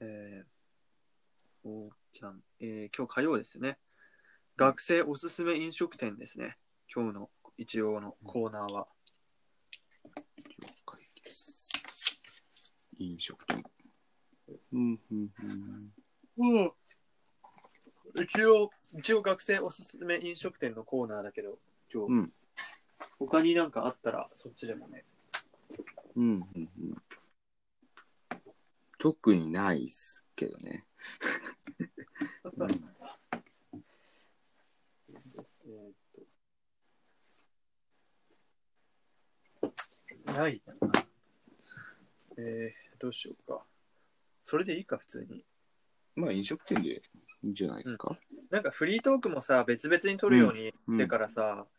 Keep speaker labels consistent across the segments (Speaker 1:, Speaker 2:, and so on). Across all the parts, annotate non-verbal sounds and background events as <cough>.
Speaker 1: えー、オーキャン、えー今日火曜ですね。学生おすすめ飲食店ですね。今日の一応のコーナーは。
Speaker 2: 了解です。飲食店。うん、うん、う
Speaker 1: う
Speaker 2: ん。
Speaker 1: ん。一応、一応学生おすすめ飲食店のコーナーだけど、今日、
Speaker 2: うん
Speaker 1: 他になんかあったらそっちでもね。
Speaker 2: うん、うん、うん。特にないっすけどね。うん
Speaker 1: えーっと。ないな。えー、どうしようか。それでいいか、普通に。
Speaker 2: まあ、飲食店でいいんじゃないですか。
Speaker 1: なんかフリートークもさ、別々に撮るように
Speaker 2: うん
Speaker 1: してからさ、
Speaker 2: うん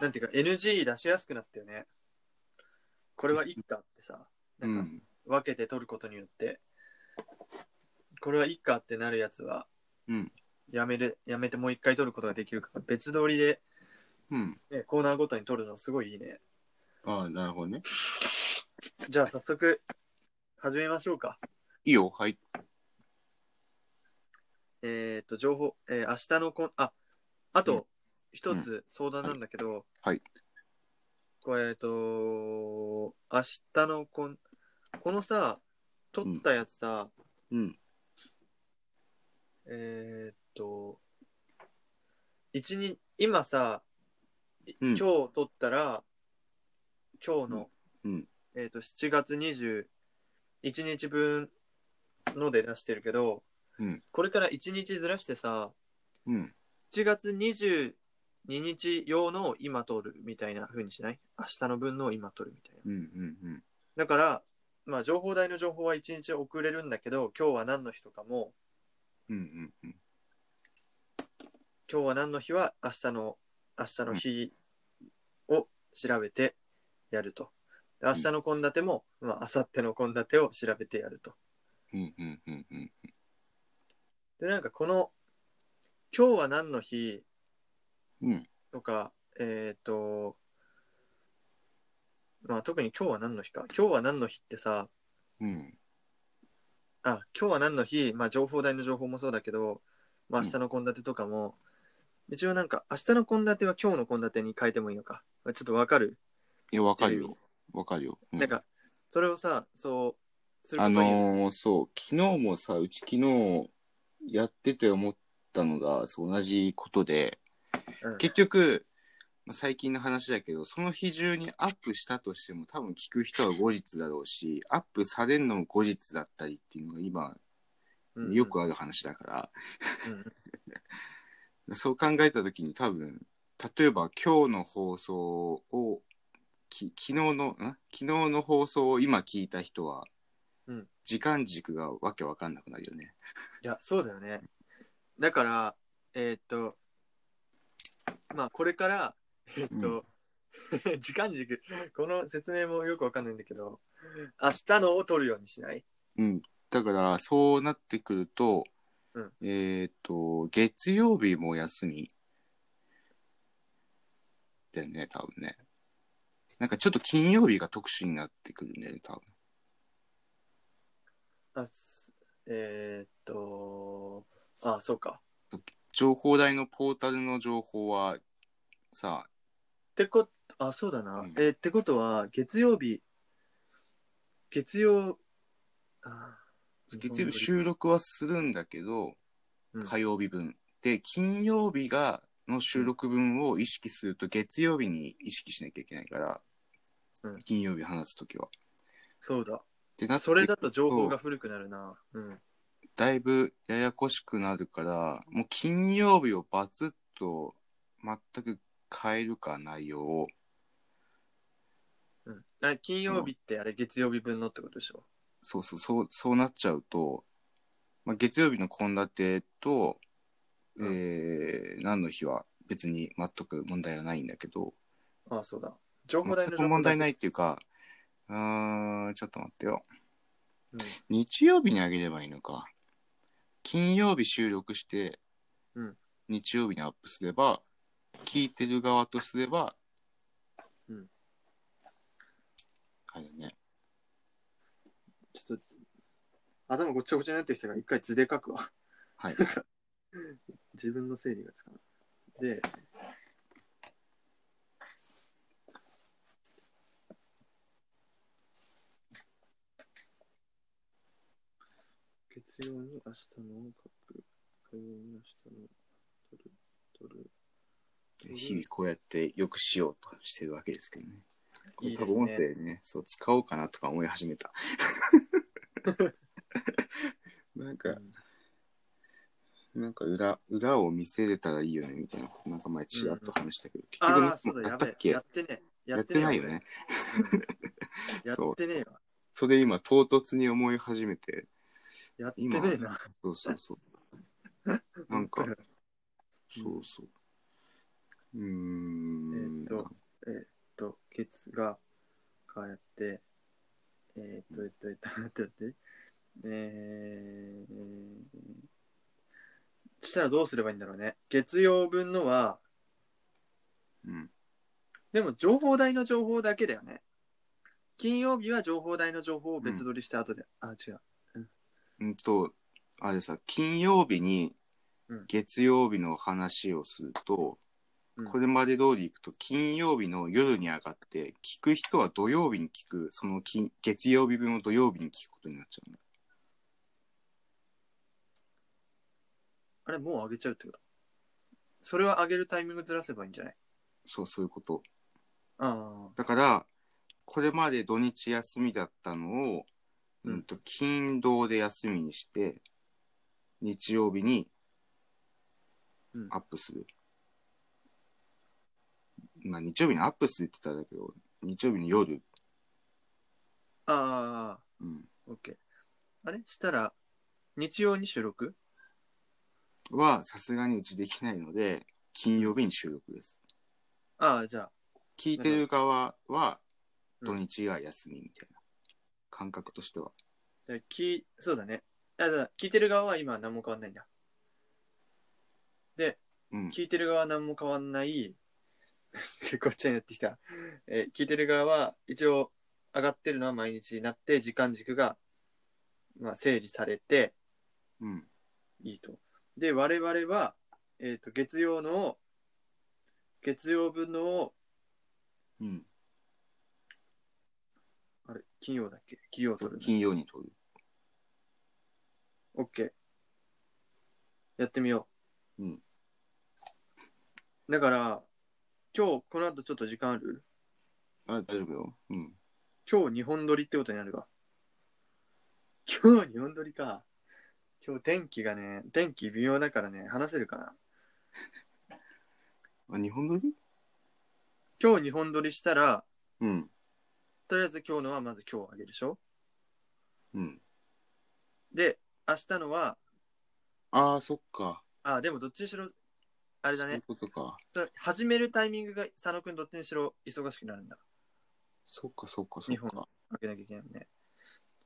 Speaker 1: なんていうか NG 出しやすくなったよね。これはいいかってさ、
Speaker 2: う
Speaker 1: なんか
Speaker 2: ん。
Speaker 1: 分けて撮ることによって、これはいいかってなるやつは、
Speaker 2: うん
Speaker 1: やめる、やめてもう一回撮ることができるから、別撮りで、
Speaker 2: うん。
Speaker 1: ね、コーナーごとに撮るのすごいいいね。
Speaker 2: ああ、なるほどね。
Speaker 1: じゃあ早速、始めましょうか。
Speaker 2: いいよ、はい。
Speaker 1: えーっと、情報、えー明日のこん、あ、あ
Speaker 2: うん
Speaker 1: と、一つ相談なんだけど、
Speaker 2: はいはい
Speaker 1: これ、えーっと、明日のこん、このさ、撮ったやつさ、
Speaker 2: うん。
Speaker 1: えーっと、一日、今さ、い
Speaker 2: うん
Speaker 1: 今日撮ったら、今日の、
Speaker 2: うんうん
Speaker 1: えーっと、7月21日分ので出してるけど、
Speaker 2: うん
Speaker 1: これから1日ずらしてさ、
Speaker 2: うん。
Speaker 1: 7月22日用のを今撮るみたいな風にしない明日の分のを今撮るみたいな。
Speaker 2: うん、うん、うん。
Speaker 1: だから、まあ、情報台の情報は1日遅れるんだけど、今日は何の日とかも、
Speaker 2: うん、うん。
Speaker 1: 今日は何の日は明日の、明日の日を調べてやると。で明日の献立も、まあ、明後日の献立を調べてやると。
Speaker 2: うん、うん、うん、うん。
Speaker 1: で、なんかこの、今日は何の日
Speaker 2: うん
Speaker 1: とか、えっ、と、まあ特に今日は何の日か。今日は何の日ってさ、
Speaker 2: うん。
Speaker 1: あ、今日は何の日、まあ情報台の情報もそうだけど、まあ明日の献立とかも、一応なんか明日の献立は今日の献立に変えてもいいのか。ちょっとわかる、
Speaker 2: いや、わかるよ。わかるよ。う
Speaker 1: なんか、それをさ、そう、すること
Speaker 2: あ
Speaker 1: によって
Speaker 2: のーそう、昨日もさ、うち昨日やってて思ったのが、そう同じことで、
Speaker 1: うん
Speaker 2: 結局、まあ、最近の話だけど、その日中にアップしたとしても、多分聞く人は後日だろうし、アップされるのも後日だったりっていうのが今、
Speaker 1: うん
Speaker 2: よくある話だから、そう考えたときに多分、例えば今日の放送を、き昨日の、ん昨日の放送を今聞いた人は、
Speaker 1: うん
Speaker 2: 時間軸がわけわかんなくなるよね。
Speaker 1: いや、そうだよね。だから、えーっと、まあ、これから、えーっと、 <laughs> 時間軸、この説明もよくわかんないんだけど、明日のを取るようにしない
Speaker 2: うん。だから、そうなってくると、
Speaker 1: うん
Speaker 2: えっ、と、月曜日も休み。だよね、多分ね。なんかちょっと金曜日が特殊になってくるね、多分。
Speaker 1: あすえーっと、あ、そうか。
Speaker 2: 情報台のポータルの情報は、さ、
Speaker 1: ってこあ、そうだな。
Speaker 2: うん
Speaker 1: えーってことは、月曜日、月曜、あ
Speaker 2: 月曜日収録はするんだけど、
Speaker 1: うん
Speaker 2: 火曜日分。で、金曜日が、の収録分を意識すると、月曜日に意識しなきゃいけないから、
Speaker 1: うん
Speaker 2: 金曜日話すときは。
Speaker 1: そうだ。
Speaker 2: でなって
Speaker 1: それだと情
Speaker 2: くる
Speaker 1: 報
Speaker 2: と
Speaker 1: が古くなるな。うん。
Speaker 2: だいぶややこしくなるから、もう金曜日をバツッと全く変えるか内容を。
Speaker 1: うん、あ金曜日ってあれ月曜日分のってことでしょ
Speaker 2: そうそう、そう、そうなっちゃうと、まあ、月曜日の献立と、
Speaker 1: うん
Speaker 2: えー、何の日は別に全く問題はないんだけど、
Speaker 1: ああ、そうだ。情報
Speaker 2: 全
Speaker 1: 台の。
Speaker 2: く問題ないいっていうか、うーん、ちょっと待ってよ。
Speaker 1: うん
Speaker 2: 日曜日にあげればいいのか。金曜日収録して、
Speaker 1: うん
Speaker 2: 日曜日にアップすれば、聞いてる側とすれば、
Speaker 1: うん
Speaker 2: あれだね。
Speaker 1: ちょっと、頭ごっちゃごちゃになってる人が一回図で書くわ。 <laughs>
Speaker 2: はい。
Speaker 1: 自分の整理がつかない。で、月曜に明日の音楽、火曜に明日の撮る、撮る。
Speaker 2: 日々こうやってよくしようとしてるわけですけどね。こ
Speaker 1: いい
Speaker 2: れ多
Speaker 1: ですね
Speaker 2: 分音声ねそう、使おうかなとか思い始
Speaker 1: <laughs>
Speaker 2: めた。なんか、なんか裏、裏を見せれたらいいよね、みたいな。なんか前、ちらっと話したけど、結
Speaker 1: ああ、そ
Speaker 2: 局
Speaker 1: うだ、
Speaker 2: ね、や
Speaker 1: や
Speaker 2: った
Speaker 1: べ
Speaker 2: っ
Speaker 1: え。
Speaker 2: け
Speaker 1: やってね。
Speaker 2: やってないよね。。
Speaker 1: うんや
Speaker 2: そう
Speaker 1: ってねえわ。
Speaker 2: それ今、唐突に思い始めて、
Speaker 1: やって
Speaker 2: 今
Speaker 1: ねえな。
Speaker 2: そうそ
Speaker 1: <laughs>
Speaker 2: うそう。なんか、そうそう。うーん。
Speaker 1: えーっとえっと、月が変えて、えーっと、えっと、えっと、待って待って。えー、したらどうすればいいんだろうね。月曜分のは、
Speaker 2: うん。
Speaker 1: でも情報代の情報だけだよね。金曜日は情報代の情報を別撮りした後で、あ、違う。
Speaker 2: うんと、あれさ、金曜日に
Speaker 1: うん
Speaker 2: 月曜日の話をすると、
Speaker 1: うん
Speaker 2: これまで通り行くと、金曜日の夜に上がって、聞く人は土曜日に聞く、その金月曜日分を土曜日に聞くことになっちゃうんだ。
Speaker 1: あれ、もう上げちゃうってことそれは上げるタイミングずらせばいいんじゃない
Speaker 2: そう、そういうこと。
Speaker 1: あ
Speaker 2: だから、これまで土日休みだったのを、
Speaker 1: うん
Speaker 2: うんと、金土で休みにして、日曜日に
Speaker 1: うん
Speaker 2: アップする。まあ、日曜日にアップするって言ったんだけど、日曜日の夜。
Speaker 1: あ。ああ。
Speaker 2: うん
Speaker 1: オッケー。あれしたら、日曜に収録
Speaker 2: は、さすがにうちできないので、金曜日に収録です。
Speaker 1: ああ、じゃあ。
Speaker 2: 聞いてる側は、
Speaker 1: うん
Speaker 2: 土日が休みみたいな。感覚としては。
Speaker 1: じゃあきそうだね。あじゃあ聞いてる側は今何も変わんないんだ。
Speaker 2: うん。
Speaker 1: 聞いてる側は何も変わんない。結構ちゃになってきた。えー聞いてる側は一応上がってるのは毎日になって、時間軸が、まあ、整理されて
Speaker 2: うん。
Speaker 1: いいと。で、我々は、えっ、と、月曜のを、月曜分のを、
Speaker 2: うん。
Speaker 1: あれ、金曜だっけ金曜取るの
Speaker 2: 金曜に撮る。
Speaker 1: オッケー。やってみよう。
Speaker 2: うん。
Speaker 1: だから、今日この後ちょっと時間ある
Speaker 2: あ、大丈夫よ。うん。
Speaker 1: 今日日本撮りってことになるが。今日日本撮りか。今日天気がね、天気微妙だからね、話せるかな。
Speaker 2: あ、日本撮り
Speaker 1: 今日日本撮りしたら、
Speaker 2: うん。
Speaker 1: とりあえず今日のはまず今日あげるでしょ
Speaker 2: うん。
Speaker 1: で、明日のは、
Speaker 2: ああ、そっか。
Speaker 1: あ、でもどっちにしろ、あれだ
Speaker 2: そういう
Speaker 1: ね、
Speaker 2: ことか。
Speaker 1: それ始めるタイミングが佐野くんどっちにしろ忙しくなるんだ。
Speaker 2: そっか、そっか、そっ
Speaker 1: 日
Speaker 2: か
Speaker 1: 本。あげなきゃいけないもんね。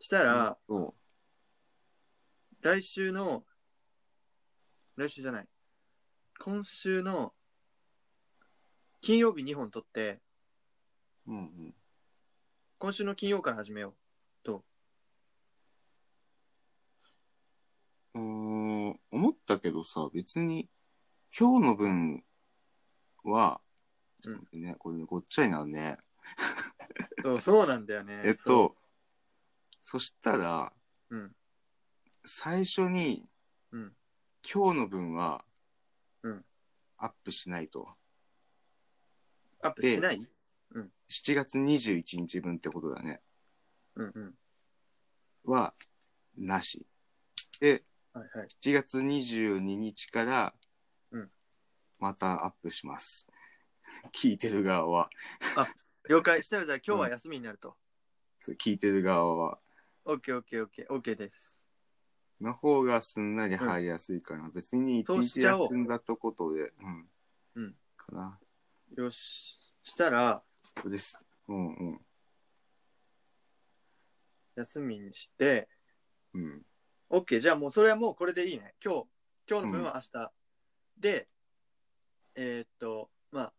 Speaker 1: したら、
Speaker 2: そ
Speaker 1: 来週の、来週じゃない。今週の、金曜日2本撮って、
Speaker 2: う。うんうん。
Speaker 1: 今週の金曜から始めよ
Speaker 2: うーん思ったけどさ、別に、今日の分は、ちょっと待ってね、これね、ごっちゃになるね。
Speaker 1: う。
Speaker 2: <laughs>
Speaker 1: そう、そうなんだよね。
Speaker 2: えっ
Speaker 1: そう。
Speaker 2: と、そしたら、
Speaker 1: うん
Speaker 2: 最初に、
Speaker 1: うん
Speaker 2: 今日の分は、
Speaker 1: うん
Speaker 2: アップしないと。
Speaker 1: アップしない、
Speaker 2: 7月21日分ってことだね。
Speaker 1: うんうん。
Speaker 2: は、なし。で、
Speaker 1: はいはい。
Speaker 2: 7月22日から
Speaker 1: うん、
Speaker 2: またアップします。聞いてる側は、
Speaker 1: 了解。したらじゃあ今日は休みになると。
Speaker 2: そう聞いてる側は、
Speaker 1: オッケーオッケーオッケー、オッケーです。
Speaker 2: の方がすんなり入りやすいから、別に一
Speaker 1: そうし
Speaker 2: 日
Speaker 1: ちゃおう
Speaker 2: 休んだとことで、うん。
Speaker 1: うん
Speaker 2: かな。
Speaker 1: よし。したら、
Speaker 2: そうです。うんうん。
Speaker 1: 休みにして、
Speaker 2: うん。
Speaker 1: オッケー。じゃあもうそれはもうこれでいいね。今日、今日の分は明日。で、えーっと、まあ、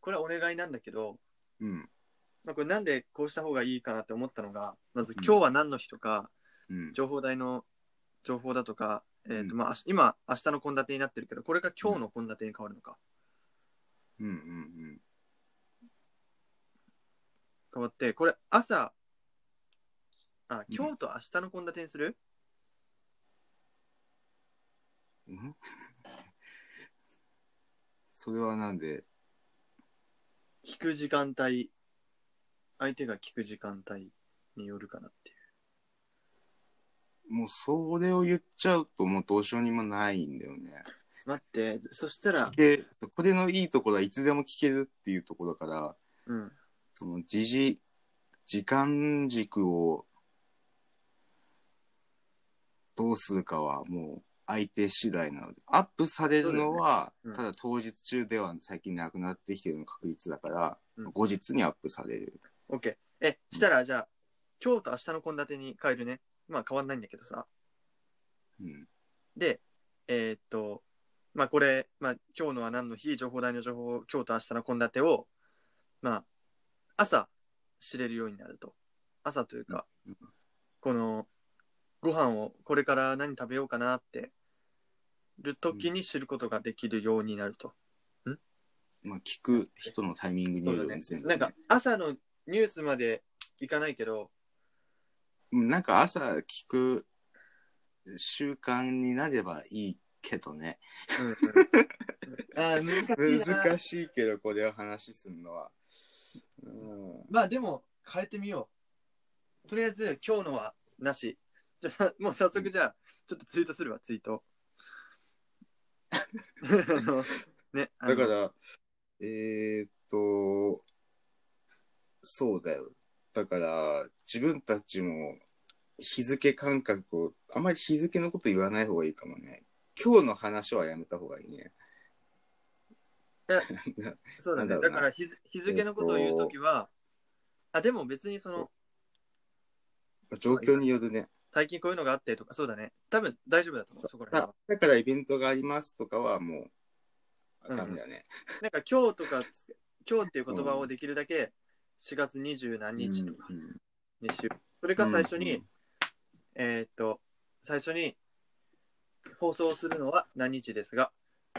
Speaker 1: これはお願いなんだけど、
Speaker 2: うん。
Speaker 1: まあ、これなんでこうした方がいいかなって思ったのが、まず今日は何の日とか、
Speaker 2: うん。
Speaker 1: 情報代の情報だとか、えーと
Speaker 2: うん
Speaker 1: まあ、明日今、明日の献立になってるけど、これが今日の献立に変わるのか。
Speaker 2: うんうんうん。
Speaker 1: 変わって、これ朝、あ、今日と明日の献立にする、
Speaker 2: ん <laughs> それはなんで、
Speaker 1: 聞く時間帯、相手が聞く時間帯によるかなっていう。
Speaker 2: もうそれを言っちゃうともうどうしようにもないんだよね。
Speaker 1: 待って、そしたら、
Speaker 2: で、これのいいところはいつでも聞けるっていうところから、
Speaker 1: うん。
Speaker 2: その時事、時間軸をどうするかはもう相手次第なので、アップされるのは、
Speaker 1: そうだ
Speaker 2: た
Speaker 1: よ
Speaker 2: だ当日中では最近なくなってきてるの確率だから、
Speaker 1: うん
Speaker 2: 後日にアップされる。
Speaker 1: OK。え、したら、じゃあ、今日と明日の献立に変えるね。まあ変わんないんだけどさ。
Speaker 2: うん。
Speaker 1: で、えーっと、まあこれ、まあ今日のは何の日、情報代の情報、今日と明日の献立を、まあ、朝知れるようになると。朝というか、この、ご飯をこれから何食べようかなって、る時に知ることができるようになると。
Speaker 2: まあ聞く人のタイミングに
Speaker 1: そ
Speaker 2: よ
Speaker 1: うだ
Speaker 2: る
Speaker 1: ね
Speaker 2: んですよ。
Speaker 1: なんか、朝のニュースまでいかないけど、
Speaker 2: うんなんか朝聞く習慣になればいいけどね。
Speaker 1: うんうんあー難しいな。
Speaker 2: 難しいけど、これを話すんのは。うん
Speaker 1: まあでも変えてみよう。とりあえず今日のはなし。じゃあさもう早速じゃあちょっとツイートするわツイー
Speaker 2: <laughs>
Speaker 1: ト。あのね、あの
Speaker 2: だか、ら、えーっと、そうだよ。だから、自分たちも日付感覚を、あまり日付のこと言わない方がいいかもね。今日の話はやめた方がいいね。
Speaker 1: そうだね。だ
Speaker 2: なんだろうな
Speaker 1: から日付日付のことを言うときは、あ、でも別にその、
Speaker 2: 状況によるね。
Speaker 1: 最近こういうのがあってとか、そうだね。多分大丈夫だと思う、そこら辺
Speaker 2: だ
Speaker 1: は。
Speaker 2: だからイベントがありますとかはも
Speaker 1: う
Speaker 2: う、
Speaker 1: ん
Speaker 2: ダメだね。
Speaker 1: なんか今日とか、今日っていう言葉をできるだけ4月二十何日とか
Speaker 2: うんうん
Speaker 1: にしよう。それか最初に、
Speaker 2: うん
Speaker 1: えーっと、最初に放送するのは何日ですが、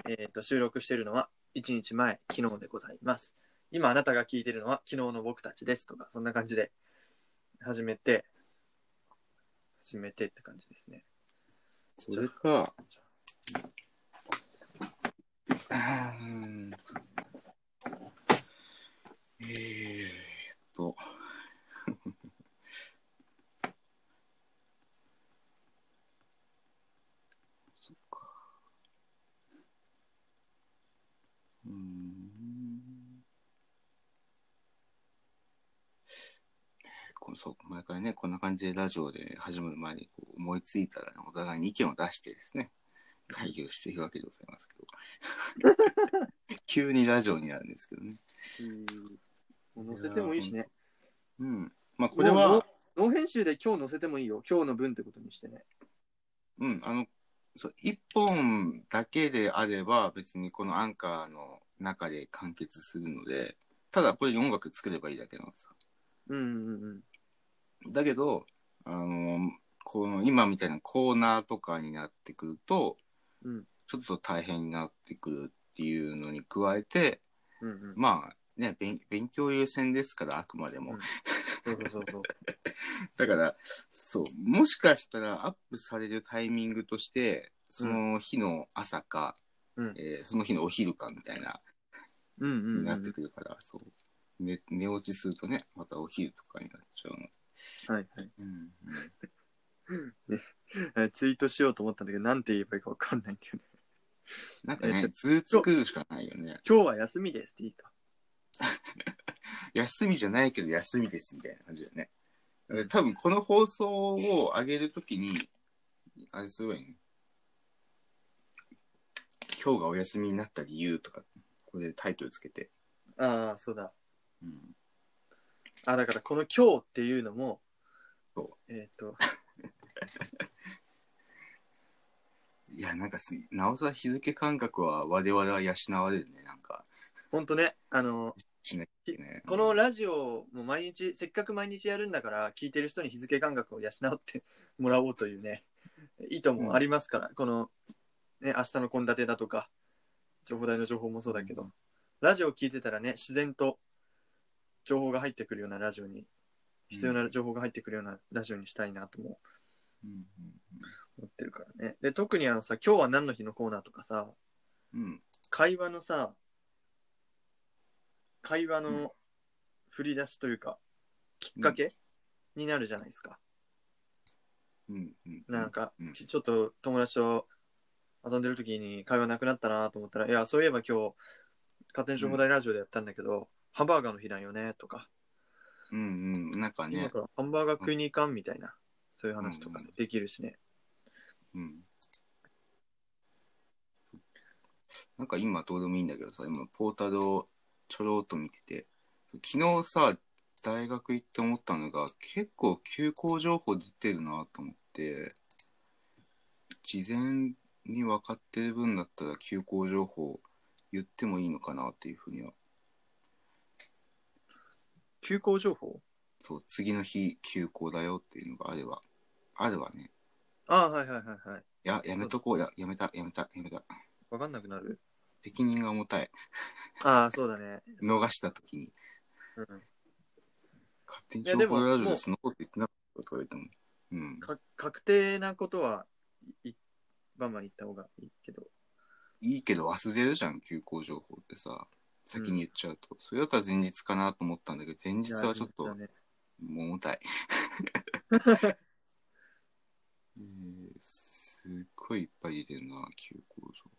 Speaker 1: えーっと、収録しているのは1日前、昨日でございます。今あなたが聞いているのは昨日の僕たちですとか、そんな感じで始めて、始めてって感じですね。
Speaker 2: それか、あーうんえーっと、 <laughs> そっか。うーん。こそう毎回ね、こんな感じでラジオで始まる前にこう思いついたらね、お互いに意見を出してですね、会議をしているわけでございますけど。 <laughs> 急にラジオになるんですけどね。
Speaker 1: 載せてもいいしね。
Speaker 2: うん。まあ、これは、
Speaker 1: ノー編集で今日載せてもいいよ。今日の分ってことにしてね。
Speaker 2: うん、あの、そう、一本だけであれば、別にこのアンカーの中で完結するので、ただこれに音楽作ればいいだけなんですよ。
Speaker 1: うんうんうん。
Speaker 2: だけど、あの、この今みたいなコーナーとかになってくると、
Speaker 1: うん
Speaker 2: ちょっと大変になってくるっていうのに加えて、
Speaker 1: うんうん、
Speaker 2: まあ、ね、勉勉強優先ですから、あくまでも。
Speaker 1: うんそうそうそう。
Speaker 2: だから、そう、もしかしたらアップされるタイミングとして、その日の朝か、
Speaker 1: うん
Speaker 2: えーその日のお昼かみたいな、
Speaker 1: うんうん、う
Speaker 2: に
Speaker 1: ん。
Speaker 2: なってくるから、そう。寝、寝落ちするとね、またお昼とかになっちゃうの。
Speaker 1: はいはい。
Speaker 2: うん、
Speaker 1: えーツイートしようと思ったんだけど、なんて言えばいいかわかんないんだよね。 <laughs>
Speaker 2: なんかね
Speaker 1: えっ、
Speaker 2: 図作るしかないよね。
Speaker 1: 今日は休みですっていいか。
Speaker 2: 休みじゃないけど休みですみたいな感じだよね。だから多分この放送を上げるときに、あれすごいね。今日がお休みになった理由とか、これでタイトルつけて。
Speaker 1: ああ、そうだ。
Speaker 2: うん
Speaker 1: あだからこの今日っていうのも、
Speaker 2: そ
Speaker 1: えっ、と、
Speaker 2: いや、なんかす、なおさら日付感覚は我々は養われるね、なんか。
Speaker 1: ほんとね、あの、
Speaker 2: しないといけない。
Speaker 1: このラジオも毎日、せっかく毎日やるんだから、聞いてる人に日付感覚を養ってもらおうというね、意図もありますから、この、ね、明日の献立だとか、情報台の情報もそうだけど、ラジオを聞いてたらね、自然と情報が入ってくるようなラジオに、必要な情報が入ってくるようなラジオにしたいなとも
Speaker 2: うん、
Speaker 1: 思ってるからね。で、特にあのさ、今日は何の日のコーナーとかさ、
Speaker 2: うん、うん。
Speaker 1: 会話のさ、会話
Speaker 2: う
Speaker 1: の振り出しというか、きっかけ、になるじゃないですか。
Speaker 2: うん、うん。
Speaker 1: なんか、
Speaker 2: うん
Speaker 1: ちょっと友達と遊んでる時に会話なくなったなと思ったら、いや、そういえば今日、勝手に情報大ラジオでやったんだけど、ハンバーガーの日だよね、とか、
Speaker 2: うん、うん。なんか
Speaker 1: 今
Speaker 2: ね、
Speaker 1: からハンバーガー食いに行かんみたいな、そういう話とかできるしね。
Speaker 2: うん。なんか今どうでもいいんだけどさ、今ポータルをちょろっと見てて、昨日さ、大学行って思ったのが、結構休校情報出てるなと思って、事前に分かってる分だったら休校情報言ってもいいのかなっていうふうには、
Speaker 1: 休校情報
Speaker 2: そう、次の日休校だよっていうのがあれば、あればね、
Speaker 1: ああ、はいはいはいはい。
Speaker 2: いや、やめとこう、や、やめた、やめた、やめた。
Speaker 1: わかんなくなる
Speaker 2: 責任が重たい。
Speaker 1: ああ、そうだね。
Speaker 2: 逃した時に。
Speaker 1: うん
Speaker 2: 勝手に
Speaker 1: いやで
Speaker 2: 情
Speaker 1: も
Speaker 2: 報ラジオでそのこと言ってなかったとか言っても。うん。
Speaker 1: か確定なことはいいバンバン言った方がいいけど。
Speaker 2: いいけど忘れるじゃん、休校情報ってさ。先に言っちゃうと。それだったら前日かなと思ったんだけど、前日はちょっと
Speaker 1: いやいいんだね
Speaker 2: もう
Speaker 1: <laughs>
Speaker 2: 重たい。えーすっごいいっぱい出てるな、休校情報。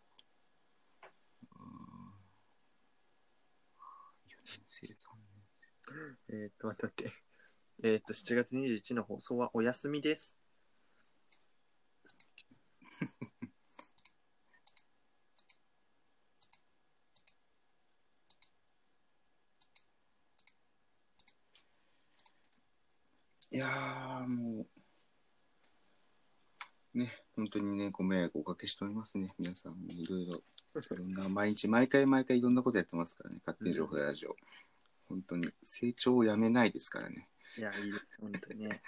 Speaker 2: 4年生、3
Speaker 1: えーっと、待って待って。えーっと、7月21日の放送はお休みです。
Speaker 2: いやー、もう、ね、本当にね、ご迷惑をおかけしておりますね、皆さん、ね、いろいろ、いろんな、毎日、毎回毎回いろんなことやってますからね、勝手に情報ラジオ。本当に、成長をやめないですからね。
Speaker 1: いや、いいです。本当にね。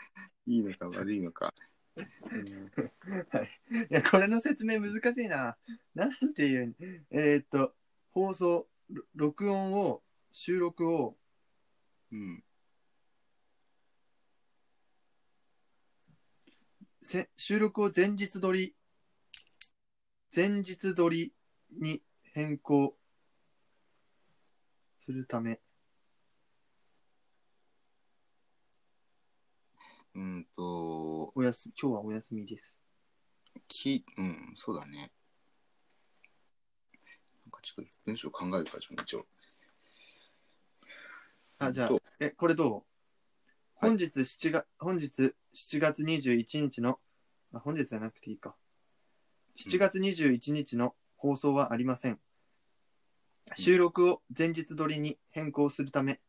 Speaker 2: いいのか悪いのか。
Speaker 1: <laughs> いや、これの説明難しいな。なんていう、えーっと、放送、ろ録音を、収録を、
Speaker 2: うん、
Speaker 1: せ収録を前日撮り、前日撮りに変更するため。
Speaker 2: うんと、
Speaker 1: おやす今日はお休みです。
Speaker 2: き、うん、そうだね。なんかちょっと文章考えるから、ちょっと一応。
Speaker 1: あ、じゃあ
Speaker 2: うんと、
Speaker 1: え、これどう
Speaker 2: はい
Speaker 1: 本日7月、本日7月21日の、あ、本日じゃなくていいか。7月21日の放送はありません。収録を前日撮りに変更するため、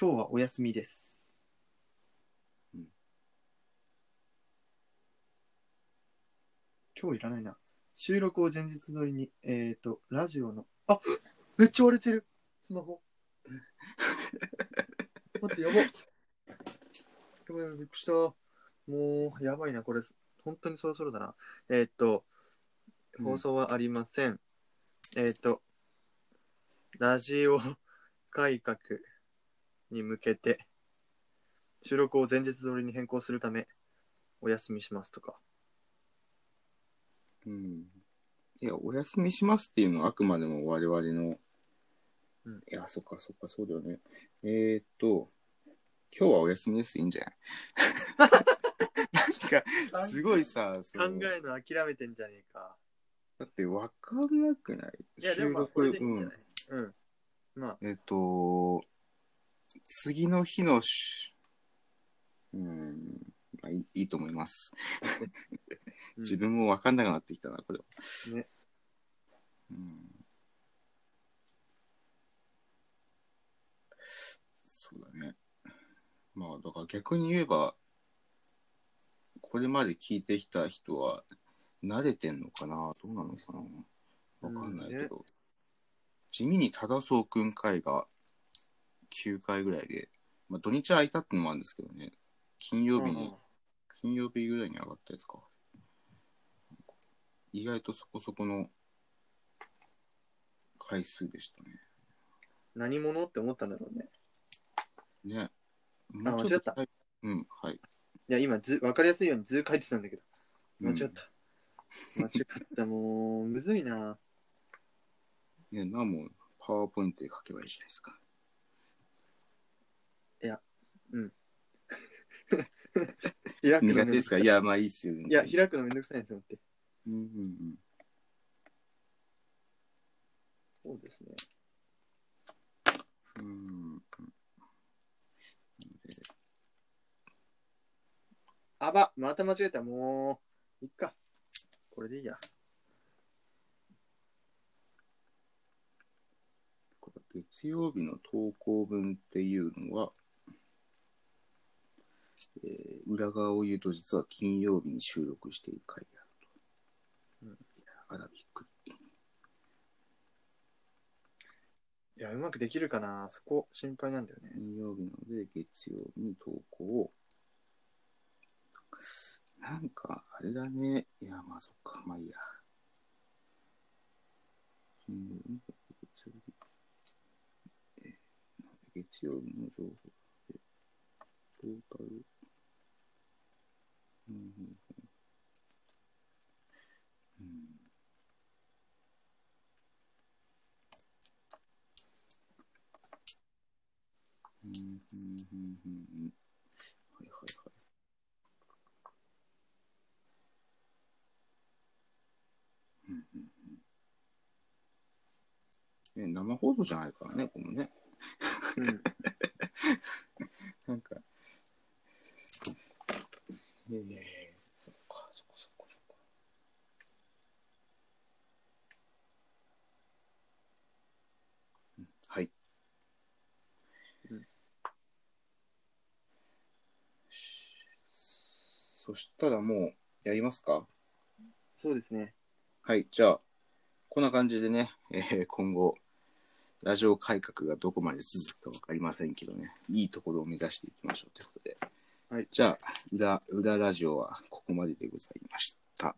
Speaker 1: 今日はお休みです。
Speaker 2: うん
Speaker 1: 今日いらないな。収録を前日撮りに、えっ、ー、と、ラジオの、あめっちゃ割れてるスマホ。待って、やば。やばいやばい、びっくりした。もう、やばいな、これ、本当にそろそろだな。えーっと、放送はありません。えーっと、ラジオ改革に向けて、収録を前日通りに変更するため、お休みしますとか。
Speaker 2: うんいや、お休みしますっていうのはあくまでも我々の、
Speaker 1: うん
Speaker 2: いや、そっかそっか、そうだよね。えー、っと、今日はお休みです、いいんじゃ
Speaker 1: <laughs>
Speaker 2: ないなんか、すごいさ、そ
Speaker 1: 考
Speaker 2: のだ
Speaker 1: えの諦めてんじゃねえか。
Speaker 2: って分かんなくない
Speaker 1: いや、でもまあ、これでいいんじゃないうん。まあ、
Speaker 2: うん、えーっと、次の日のし、うん、まあいいいいと思います。
Speaker 1: うん
Speaker 2: 自分も分かんなくなってきたな、これは。
Speaker 1: ね
Speaker 2: うん。そうだね。まあ、だから逆に言えば、これまで聞いてきた人は、慣れてんのかなどうなのかなわかんないけど。地味に忠うくん会が9回ぐらいで、まあ、土日空いたってのもあるんですけどね、金曜日に、
Speaker 1: うん
Speaker 2: 金曜日ぐらいに上がったやつか。意外とそこそこの回数でしたね。
Speaker 1: 何者って思ったんだろうね。
Speaker 2: ね。
Speaker 1: あ
Speaker 2: もうちょっと
Speaker 1: 間違っ
Speaker 2: はいうん、はい。
Speaker 1: いや、今図、分かりやすいように図書いてたんだけど、間違
Speaker 2: う
Speaker 1: っ
Speaker 2: ん
Speaker 1: た。間違った、もう、むずいな。
Speaker 2: ね、なもパワーポイントで書けばいいじゃないですか。
Speaker 1: 開くのめんどく
Speaker 2: 苦手です
Speaker 1: さ
Speaker 2: か
Speaker 1: い
Speaker 2: いや、まあいいっすよ、ね。
Speaker 1: いや、開くのめんどくさいんですよ、って。
Speaker 2: うんうんうん。
Speaker 1: そうですね。
Speaker 2: うんうんうん。
Speaker 1: あば、また間違えた、もう、いっか。これでいいや。
Speaker 2: これ月曜日の投稿分っていうのは、えー裏側を言うと実は金曜日に収録している回であると。
Speaker 1: うん
Speaker 2: いや、あらびっくり。
Speaker 1: いや、うまくできるかな。そこ、心配なんだよね。
Speaker 2: 金曜日なので月曜日に投稿を。なんか、あれだね。いや、まあそっか、まあいいや。金曜日、月曜日。えー月曜日の情報で、トータル。うんうんうんうんうんうんうんうんうんはいはいはい。うんうんうんね生放送じゃないからね、このね。
Speaker 1: <laughs> うん。
Speaker 2: なんか。ええそっか、そっか、そっか、そっか。うんはい。
Speaker 1: うん
Speaker 2: よしそしたらもう、やりますか
Speaker 1: そうですね。
Speaker 2: はい、じゃあ、こんな感じでね、えー今後、ラジオ改革がどこまで続くか分かりませんけどね、いいところを目指していきましょうということで、
Speaker 1: はい
Speaker 2: じゃあ、裏、裏ラジオはここまででございました。